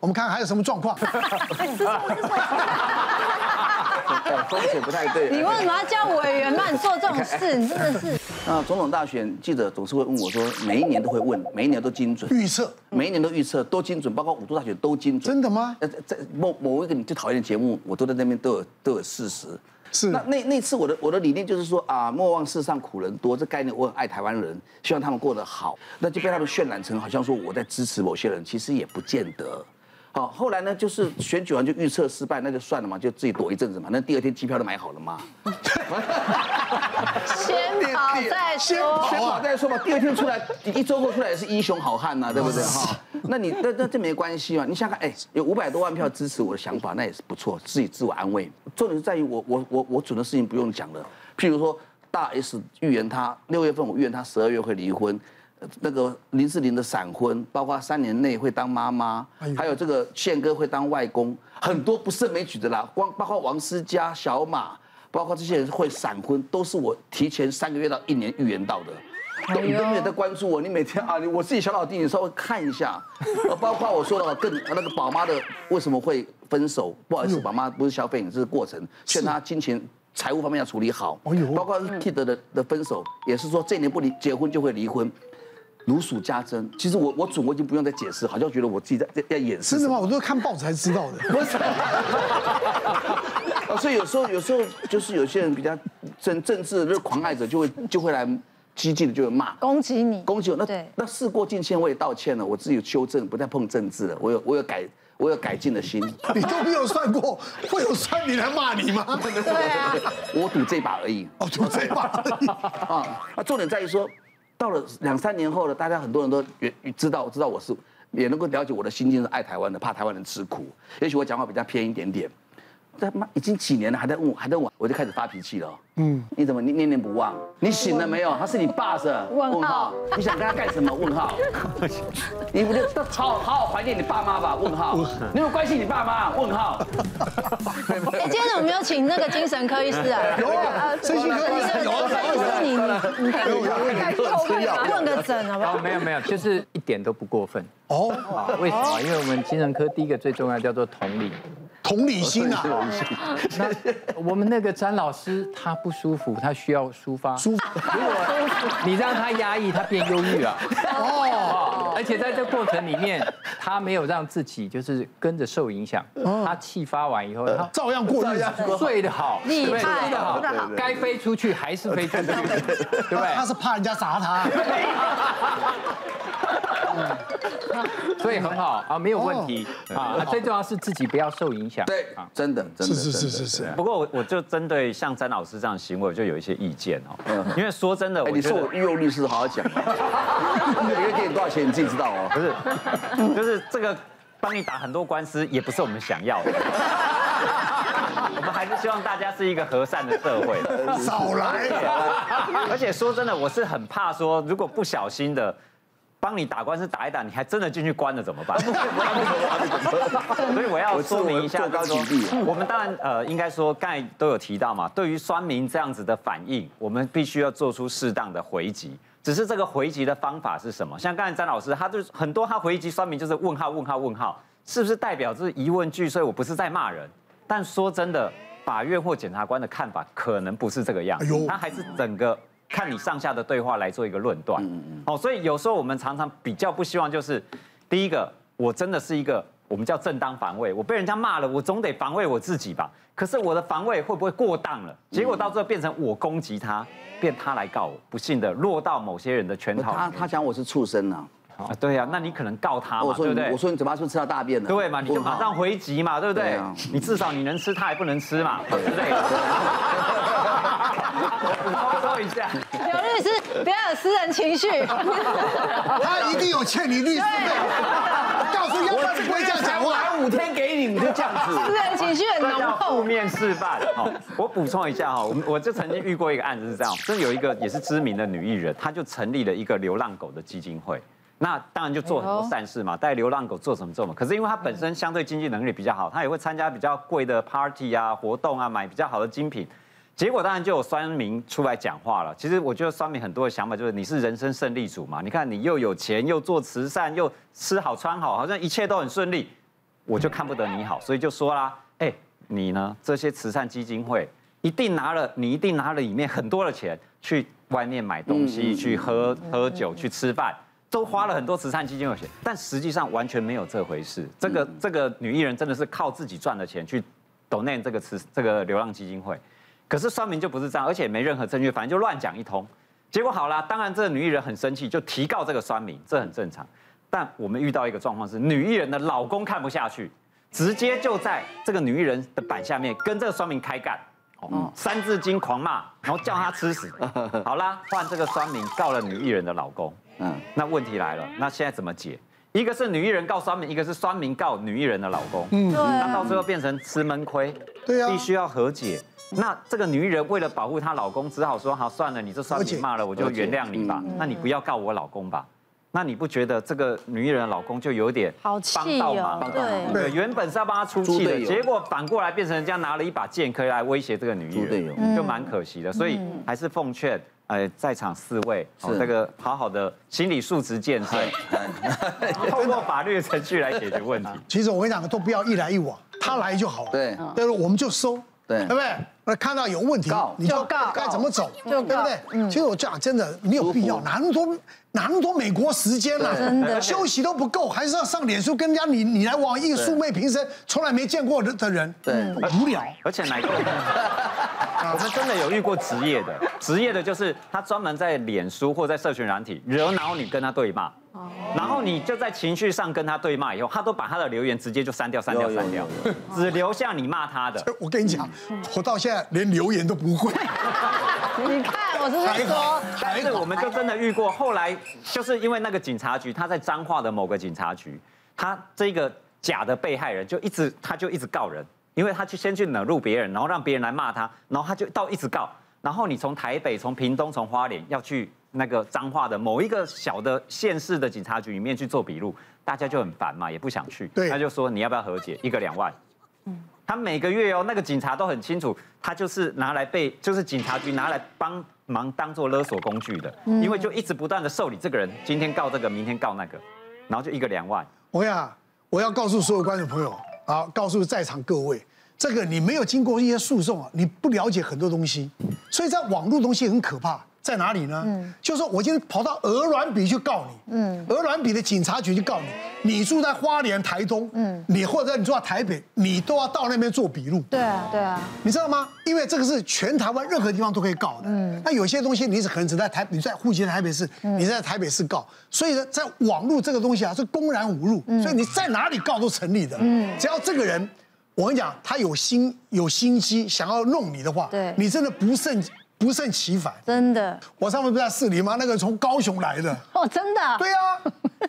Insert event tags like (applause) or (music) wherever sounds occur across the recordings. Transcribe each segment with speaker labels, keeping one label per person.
Speaker 1: 我们看看还有什么状况。
Speaker 2: 风险不太对。
Speaker 3: 你为什么要叫委员帮你做这种事？你真的是
Speaker 2: 那总统大选，记者总是会问我说，每一年都会问，每一年都精准，
Speaker 1: 预测
Speaker 2: 每一年都预测都精准，包括五都大选都精准。
Speaker 1: 真的吗？
Speaker 2: 呃，在在某某一个你最讨厌的节目，我都在那边都有都有事实。
Speaker 1: 是
Speaker 2: 那那那次我的我的理念就是说啊，莫忘世上苦人多这概念，我很爱台湾人，希望他们过得好。那就被他们渲染成好像说我在支持某些人，其实也不见得。好，后来呢，就是选举完就预测失败，那就算了嘛，就自己躲一阵子嘛。那第二天机票都买好了嘛，
Speaker 3: 先跑再
Speaker 1: 哦
Speaker 3: 说。
Speaker 2: 先跑再说吧。第二天出来，一周后出来也是英雄好汉呐、对
Speaker 1: 哦
Speaker 2: 不对哈？那你那那这没关系嘛。你想想看，哎，有五百多万票支持我的想法，那也是不错，自己自我安慰。重点是在于我我我我准的事情不用讲了，譬如说大 S 预言他六月份，我预言他十二月会离婚。呃那个林志玲的闪婚，包括三年内会当妈妈，
Speaker 1: 哎呦
Speaker 2: 还有这个宪哥会当外公，很多不胜枚举的啦。光包括王思佳、小马，包括这些人会闪婚，都是我提前三个月到一年预言到的。
Speaker 1: 哎
Speaker 2: 都你都没有在关注我，你每天啊，你我自己小老弟，你稍微看一下。呃包括我说了更呃那个宝妈的为什么会分手？不好意
Speaker 1: 哎
Speaker 2: 思，宝妈不是消费你，这是过程，劝她金钱财务方面要处理好。
Speaker 1: 哎呦
Speaker 2: 包括 Kid 的的分手，也是说这一年不离结婚就会离婚。如数家珍，其实我我准我已经不用再解释，好像觉得我自己在在在掩饰
Speaker 1: 真。的吗？我都是看报纸才知道的。
Speaker 2: 不是。啊， (laughs) 所以有时候有时候就是有些人比较政政治的狂爱者就会就会来激进的就会骂。
Speaker 3: 攻击你，
Speaker 2: 攻击我，那
Speaker 3: 对
Speaker 2: 那事过境迁，我也道歉了，我自己有修正，不再碰政治了，我有我有改我有改进的心，
Speaker 1: 你都没有算过，会有算你来骂你吗？
Speaker 3: 对啊，
Speaker 2: 我赌这把而已。
Speaker 1: 哦，就这把而已。
Speaker 2: 啊，那重点在于说，到了两三年后了，大家很多人都也知道知道我是，也能够了解我的心境是爱台湾的，怕台湾人吃苦。也许我讲话比较偏一点点，但妈已经几年了，还在问我，还在问我，我就开始发脾气了。嗯，你怎么你念念不忘？你醒了没有？他是你爸是？
Speaker 3: 问号
Speaker 2: 你想跟他干什么？问号。你不就好好好怀念你爸妈吧？问号。你有没有关心你爸妈？问号。
Speaker 3: 哎，今天怎么没有请那个精神科医师啊？呃
Speaker 1: 有啊，身心科医生有啊，
Speaker 3: 你你你看，问个诊好不好？
Speaker 4: 哦，没有没有，就是一点都不过分
Speaker 1: 哦，
Speaker 4: 啊。为什么？因为我们精神科第一个最重要叫做同理。
Speaker 1: 同理心啊， (laughs)
Speaker 4: 那我们那个詹老师他不舒服，他需要抒发。
Speaker 1: 舒服
Speaker 4: 你让他压抑，他变忧郁了。哦，而且在这过程里面，他没有让自己就是跟着受影响。他气发完以后，他
Speaker 1: 照样过日子。
Speaker 4: 睡得好，
Speaker 3: 厉
Speaker 4: 对不对
Speaker 3: 害
Speaker 4: 睡得
Speaker 3: 睡得好
Speaker 4: 好，该飞出去还是飞出去，对不对
Speaker 1: 他？是怕人家砸他，
Speaker 4: 所以很好啊，没有问题啊。最重要是自己不要受影响。
Speaker 2: 对
Speaker 4: 啊，
Speaker 2: 真的真
Speaker 1: 是
Speaker 2: 的
Speaker 1: 是是
Speaker 2: 真的
Speaker 1: 是是。
Speaker 5: 不过我我就针对像詹老师这样的行为，我就有一些意见哦。因为说真的，
Speaker 2: 哎，
Speaker 5: 我
Speaker 2: 你
Speaker 5: 觉
Speaker 2: 是
Speaker 5: 得
Speaker 2: 我御用律师，好好
Speaker 5: (laughs)
Speaker 2: 讲。每个月给你多少钱，你自己知道哦。
Speaker 5: 不是， (laughs) 就是这个帮你打很多官司，也不是我们想
Speaker 2: (laughs)
Speaker 5: 要的。我们还是希望大家是一个和善的社
Speaker 2: (laughs)
Speaker 5: 会。
Speaker 1: 少来。
Speaker 5: 而且说真的，我是很怕说，如果不小心的帮你打官司打一打，你还真的进去关了怎么办？ (laughs) 所以我要说明一下，
Speaker 2: 我自我过高
Speaker 5: 就是
Speaker 2: 举例啊
Speaker 5: 说我们当然呃，应该说刚才都有提到嘛，对于酸民这样子的反应，我们必须要做出适当的回击。只是这个回击的方法是什么？像刚才詹老师，他就是很多他回击酸民就是问号问号问号，是不是代表这是疑问句？所以我不是在骂人。但说真的，法院或检察官的看法可能不是这个样子。
Speaker 1: 哎呦
Speaker 5: 他还是整个看你上下的对话来做一个论断。
Speaker 2: 嗯
Speaker 5: 哦，所以有时候我们常常比较不希望就是，第一个，我真的是一个我们叫正当防卫，我被人家骂了，我总得防卫我自己吧。可是我的防卫会不会过当了？
Speaker 2: 嗯
Speaker 5: 结果到最后变成我攻击他，变他来告我，不幸的落到某些人的圈套
Speaker 2: 他
Speaker 5: 里面。
Speaker 2: 他讲我是畜生啊，
Speaker 5: 啊对呀、那你可能告他
Speaker 2: 我
Speaker 5: 啊嘛，
Speaker 2: 说
Speaker 5: 对
Speaker 2: 你
Speaker 5: 不对？
Speaker 2: 哦我说你嘴巴是不是吃到大便了？
Speaker 5: 对嘛，你就
Speaker 2: 问号
Speaker 5: 马上回击嘛，对不对？
Speaker 2: 对啊
Speaker 5: 你至少你能吃，他还不能
Speaker 2: (laughs)
Speaker 5: 吃嘛，之类的。 (laughs) 我稍一下，
Speaker 3: 刘律师，不要有私人情绪。
Speaker 1: 他一定有欠你律师费。告诉要不然你不会这样讲话。
Speaker 2: 五天给你，你就这样
Speaker 3: 私
Speaker 2: 子。
Speaker 3: 人情绪很
Speaker 5: 这
Speaker 3: 浓
Speaker 5: 叫负
Speaker 3: 厚，
Speaker 5: 面示范。好，我补充一下哈，我们我就曾经遇过一个案子是这样，这有一个也是知名的女艺人，她就成立了一个流浪狗的基金会。那当然就做
Speaker 3: 哎
Speaker 5: 很多善事嘛，带流浪狗做什么做什么。可是因为她本身相对经济能力比较好，她也会参加比较贵的 party 啊、活动啊，买比较好的精品。结果当然就有酸民出来讲话了。其实我觉得酸民很多的想法就是你是人生胜利组嘛，你看你又有钱，又做慈善，又吃好穿好，好像一切都很顺利。我就看不得你好，所以就说啦，哎，你呢这些慈善基金会一定拿了，你一定拿了里面很多的钱去外面买东西、去喝喝酒、去吃饭。都花了很多慈善基金会钱，但实际上完全没有这回事。这个这个女艺人真的是靠自己赚的钱去 donate 这个慈这个流浪基金会，可是酸民就不是这样，而且也没任何证据，反正就乱讲一通。结果好啦，当然这个女艺人很生气，就提告这个酸民，这很正常。但我们遇到一个状况是，女艺人的老公看不下去，直接就在这个女艺人的板下面跟这个酸民开干。哦，三字经狂骂，然后叫她吃屎。好啦，换这个酸民告了女艺人的老公。嗯
Speaker 2: 嗯，
Speaker 5: 那问题来了，那现在怎么解？一个是女艺人告酸民，一个是酸民告女艺人的老公。嗯，那到最后变成吃闷亏。
Speaker 1: 啊对啊
Speaker 5: 必须要和解。那这个女艺人为了保护她老公，只好说好算了，你这酸
Speaker 1: 和解
Speaker 5: 民骂了，我就原谅你
Speaker 1: 嗯
Speaker 5: 吧。那你不要告我老公吧。那你不觉得这个女艺人的老公就有点
Speaker 3: 好气
Speaker 5: 帮倒
Speaker 3: 哦
Speaker 5: 忙？
Speaker 3: 对
Speaker 5: 对，原本是要帮她出
Speaker 2: 猪
Speaker 5: 气的，
Speaker 2: 队友
Speaker 5: 结果反过来变成人家拿了一把剑，可以来威胁这个女艺
Speaker 2: 猪队友
Speaker 1: 嗯
Speaker 5: 人，就蛮可惜的。所以
Speaker 3: 嗯
Speaker 5: 还是奉劝。呃，在场四位，哦
Speaker 2: 是
Speaker 5: 这个好好的心理素质建设， (laughs)
Speaker 2: 哎
Speaker 5: 透过法律的程序来解决问题。
Speaker 1: 其实我跟你讲，都不要一来一往，
Speaker 3: 嗯
Speaker 1: 他来就好了。
Speaker 2: 对
Speaker 1: 对了，我们就收，
Speaker 2: 对
Speaker 1: 对不对？那看到有问题
Speaker 2: 告，
Speaker 1: 你就
Speaker 3: 就告
Speaker 1: 该怎么走，对
Speaker 3: 就告嗯
Speaker 1: 不对？其实我讲真的，没有必要，
Speaker 2: 舒服
Speaker 1: 哪那么多哪那么多美国时间了，真的休息都不够，还是要上脸书跟人家你你来往，一个素昧平生，从来没见过的的人，
Speaker 2: 对
Speaker 1: 嗯无聊。
Speaker 5: 而且
Speaker 2: (laughs)
Speaker 5: 奶哥，我们真的有遇过职业的，职业的就是他专门在脸书或在社群软体惹恼你，跟他对骂，然后你就在情绪上跟他对骂以后，他都把他的留言直接就删掉、删掉、
Speaker 2: 有有
Speaker 5: 删掉
Speaker 2: 有，
Speaker 5: 只留下你骂他的。
Speaker 1: 我跟你讲，
Speaker 3: 嗯
Speaker 1: 我到现在连留言都不会，
Speaker 3: 你看，我就是说，
Speaker 5: 但是我们就真的遇过，后来就是因为那个警察局，他在彰化的某个警察局，他这个假的被害人就一直他就一直告人，因为他去先去冷落别人，然后让别人来骂他，然后他就到一直告，然后你从台北、从屏东、从花莲要去那个彰化的某一个小的县市的警察局里面去做笔录，大家就很烦嘛，也不想去，
Speaker 1: 对
Speaker 5: 他就说你要不要和解，一个两万。他每个月哦，那个警察都很清楚，他就是拿来被，就是警察局拿来帮忙当做勒索工具的，因为就一直不断的受理这个人，今天告这个，明天告那个，然后就一个两万，
Speaker 1: 我跟你讲，啊我要告诉所有观众朋友，啊，告诉在场各位，这个你没有经过一些诉讼啊，你不了解很多东西，所以在网络东西很可怕，在哪里呢？就是说我今天跑到鹅銮比去告你，嗯，鹅銮比的警察局去告你，你住在花莲、台东，嗯，你或者你住在台北，你都要到那边做笔录，
Speaker 3: 对啊，对啊，
Speaker 1: 你知道吗？因为这个是全台湾任何地方都可以告的。嗯，那有些东西你只可能只在台，你在户籍在台北市，
Speaker 3: 嗯
Speaker 1: 你在台北市告，所以呢，在网络这个东西啊是公然侮辱，
Speaker 3: 嗯
Speaker 1: 所以你在哪里告都成立的。嗯，只要这个人，我跟你讲，他有心有心机想要弄你的话，
Speaker 3: 对
Speaker 1: 你真的不胜不胜其反。
Speaker 3: 真的，
Speaker 1: 我上次不是在市里吗？那个人从高雄来
Speaker 3: (laughs)
Speaker 1: 的。
Speaker 3: 哦，真的，
Speaker 1: 对啊，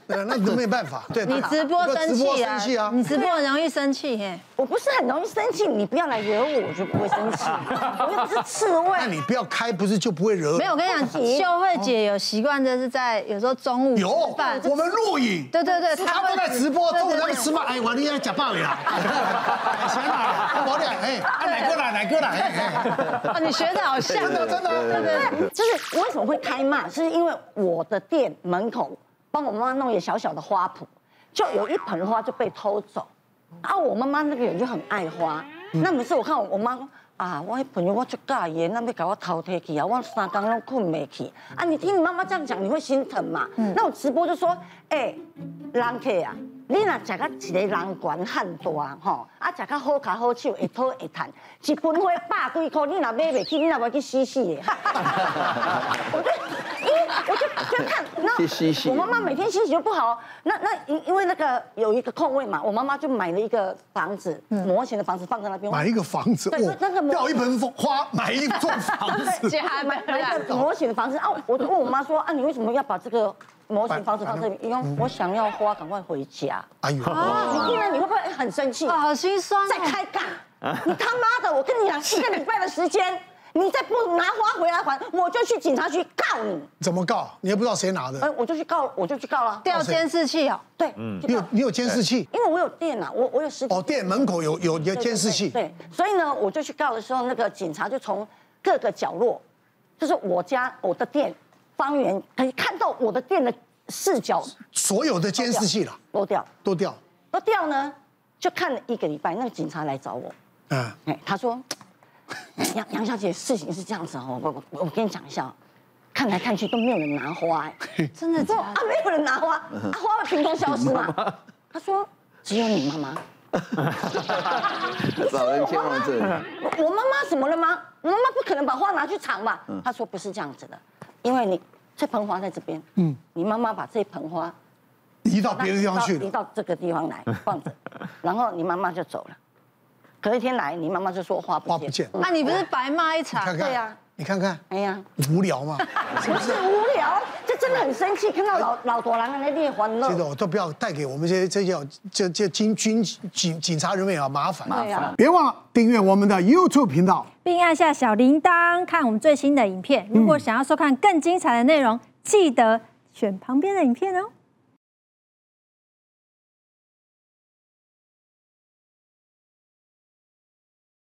Speaker 1: 对啊，那你都没办法。对，
Speaker 3: 你直播
Speaker 1: 对
Speaker 3: 生
Speaker 1: 直播
Speaker 3: 气
Speaker 1: 生气
Speaker 3: 啊
Speaker 1: 啊，，
Speaker 3: 你直播很容易生气嘿，
Speaker 6: 我不是很容易生气，你不要来惹我，我就不会生气。我又不是刺
Speaker 1: 那
Speaker 6: 猬，
Speaker 1: 你不要开，不是就不会惹？
Speaker 3: 没有，我跟你讲，秀慧姐有习惯，就是在有时候中午
Speaker 1: 有
Speaker 3: 吃饭，，
Speaker 1: 我们录影。
Speaker 3: 对对对，
Speaker 1: 他
Speaker 3: 会
Speaker 1: 们在直播，
Speaker 3: 对
Speaker 1: 中午
Speaker 3: 对
Speaker 1: 他
Speaker 3: 对
Speaker 1: 们吃饭，哎，我你在吃饱 (laughs) 了，哎钱哪了？我俩哎，啊奶哥来，奶哥来，哎哎，
Speaker 3: 哦，你学的好像，
Speaker 1: 真的真的，
Speaker 3: 对对对，
Speaker 6: 就是为什么会开骂，是因为我的店门口帮我妈妈弄一个小小的花圃，就有一盆花就被偷走。啊，我妈妈那个人就很爱花，那每次我看我妈说。啊，我那朋友我就尬言，那边给我偷摕去啊，我三更都困没去。啊，你听你妈妈这样讲，你会心疼嘛？那我直播就说，哎、人客啊，你若食到一个人悬汉大吼，啊食到好卡好手，会讨会赚，一盆花百几箍，你若买袂起，你若要去死死的。我就因为我就就看，
Speaker 2: 去死死
Speaker 6: 那我妈妈每天心情就不好哦，那那因因为那个有一个空位嘛，我妈妈就买了一个房子，模型的房子放在那边，
Speaker 1: 买一个房子，
Speaker 6: 对那个
Speaker 1: 哦，要一盆花，买一座房子，
Speaker 3: 姐还蛮
Speaker 6: 买一个模型的房子啊！我就问我妈说啊，你为什么要把这个模型房子放这里？因为我想要花，赶快回家。
Speaker 1: 哎呦，
Speaker 6: 啊，你听了你会不会很生气？
Speaker 3: 哦，好心酸哦，
Speaker 6: 再开杠！
Speaker 1: 啊
Speaker 6: 你他妈的，我跟你讲，一个礼拜的时间，你再不拿花回来还，我就去警察局告你。
Speaker 1: 怎么告？你也不知道谁拿
Speaker 6: 哎，
Speaker 1: 的，
Speaker 6: 我就去告，我就去告了。
Speaker 3: 掉监视器哦，
Speaker 6: 对，去
Speaker 1: 你
Speaker 6: 告
Speaker 1: 有你有监视器，
Speaker 6: 因为我有电啊，我我有实体
Speaker 1: 嗯哦，店门口有有有
Speaker 6: 对
Speaker 1: 监视器，
Speaker 6: 对对，对所以呢，我就去告的时候，那个警察就从各个角落，就是我家我的店方圆可以看到我的店的视角
Speaker 1: 所有的监视器啦
Speaker 6: 漏掉，
Speaker 1: 都掉，
Speaker 6: 漏掉呢，就看了一个礼拜，那个警察来找我，
Speaker 1: 嗯，
Speaker 6: 哎，他说，杨杨小姐，事情是这样子哦，我我我跟你讲一下哦，看来看去都没有人拿花，哎，
Speaker 1: 嗯
Speaker 6: 真的，啊，没有人拿花，啊，花会凭空消失吗？他说只有你妈妈，
Speaker 2: 老人先往这里。
Speaker 6: 我我妈妈怎么了吗？我妈妈不可能把花拿去藏吧？他说不是这样子的，因为你这盆花在这边，嗯，你妈妈把这盆花
Speaker 1: 移到别的地方去
Speaker 6: 移
Speaker 1: 了。
Speaker 6: 到这个地方来放
Speaker 1: (laughs)
Speaker 6: 着，然后你妈妈就走了。隔一天来，你妈妈就说花不见，
Speaker 1: 花不见
Speaker 3: 那啊你不是白骂一场？
Speaker 1: 看
Speaker 6: 对啊
Speaker 1: 看，你看看，
Speaker 6: 哎呀，
Speaker 1: 无聊
Speaker 6: (laughs)
Speaker 1: 嘛。
Speaker 6: 不是无聊，这真的很生气，看到老老朵郎的那烈欢
Speaker 1: 这
Speaker 6: 乐。
Speaker 1: 种都不要带给我们这些这些这这军军警警察人员啊麻烦。
Speaker 6: 对啊
Speaker 1: 别忘了订阅我们的 YouTube 频道。
Speaker 7: 并按下小铃铛看我们最新的影片。如果想要收看更精彩的内容，记得选旁边的影片哦。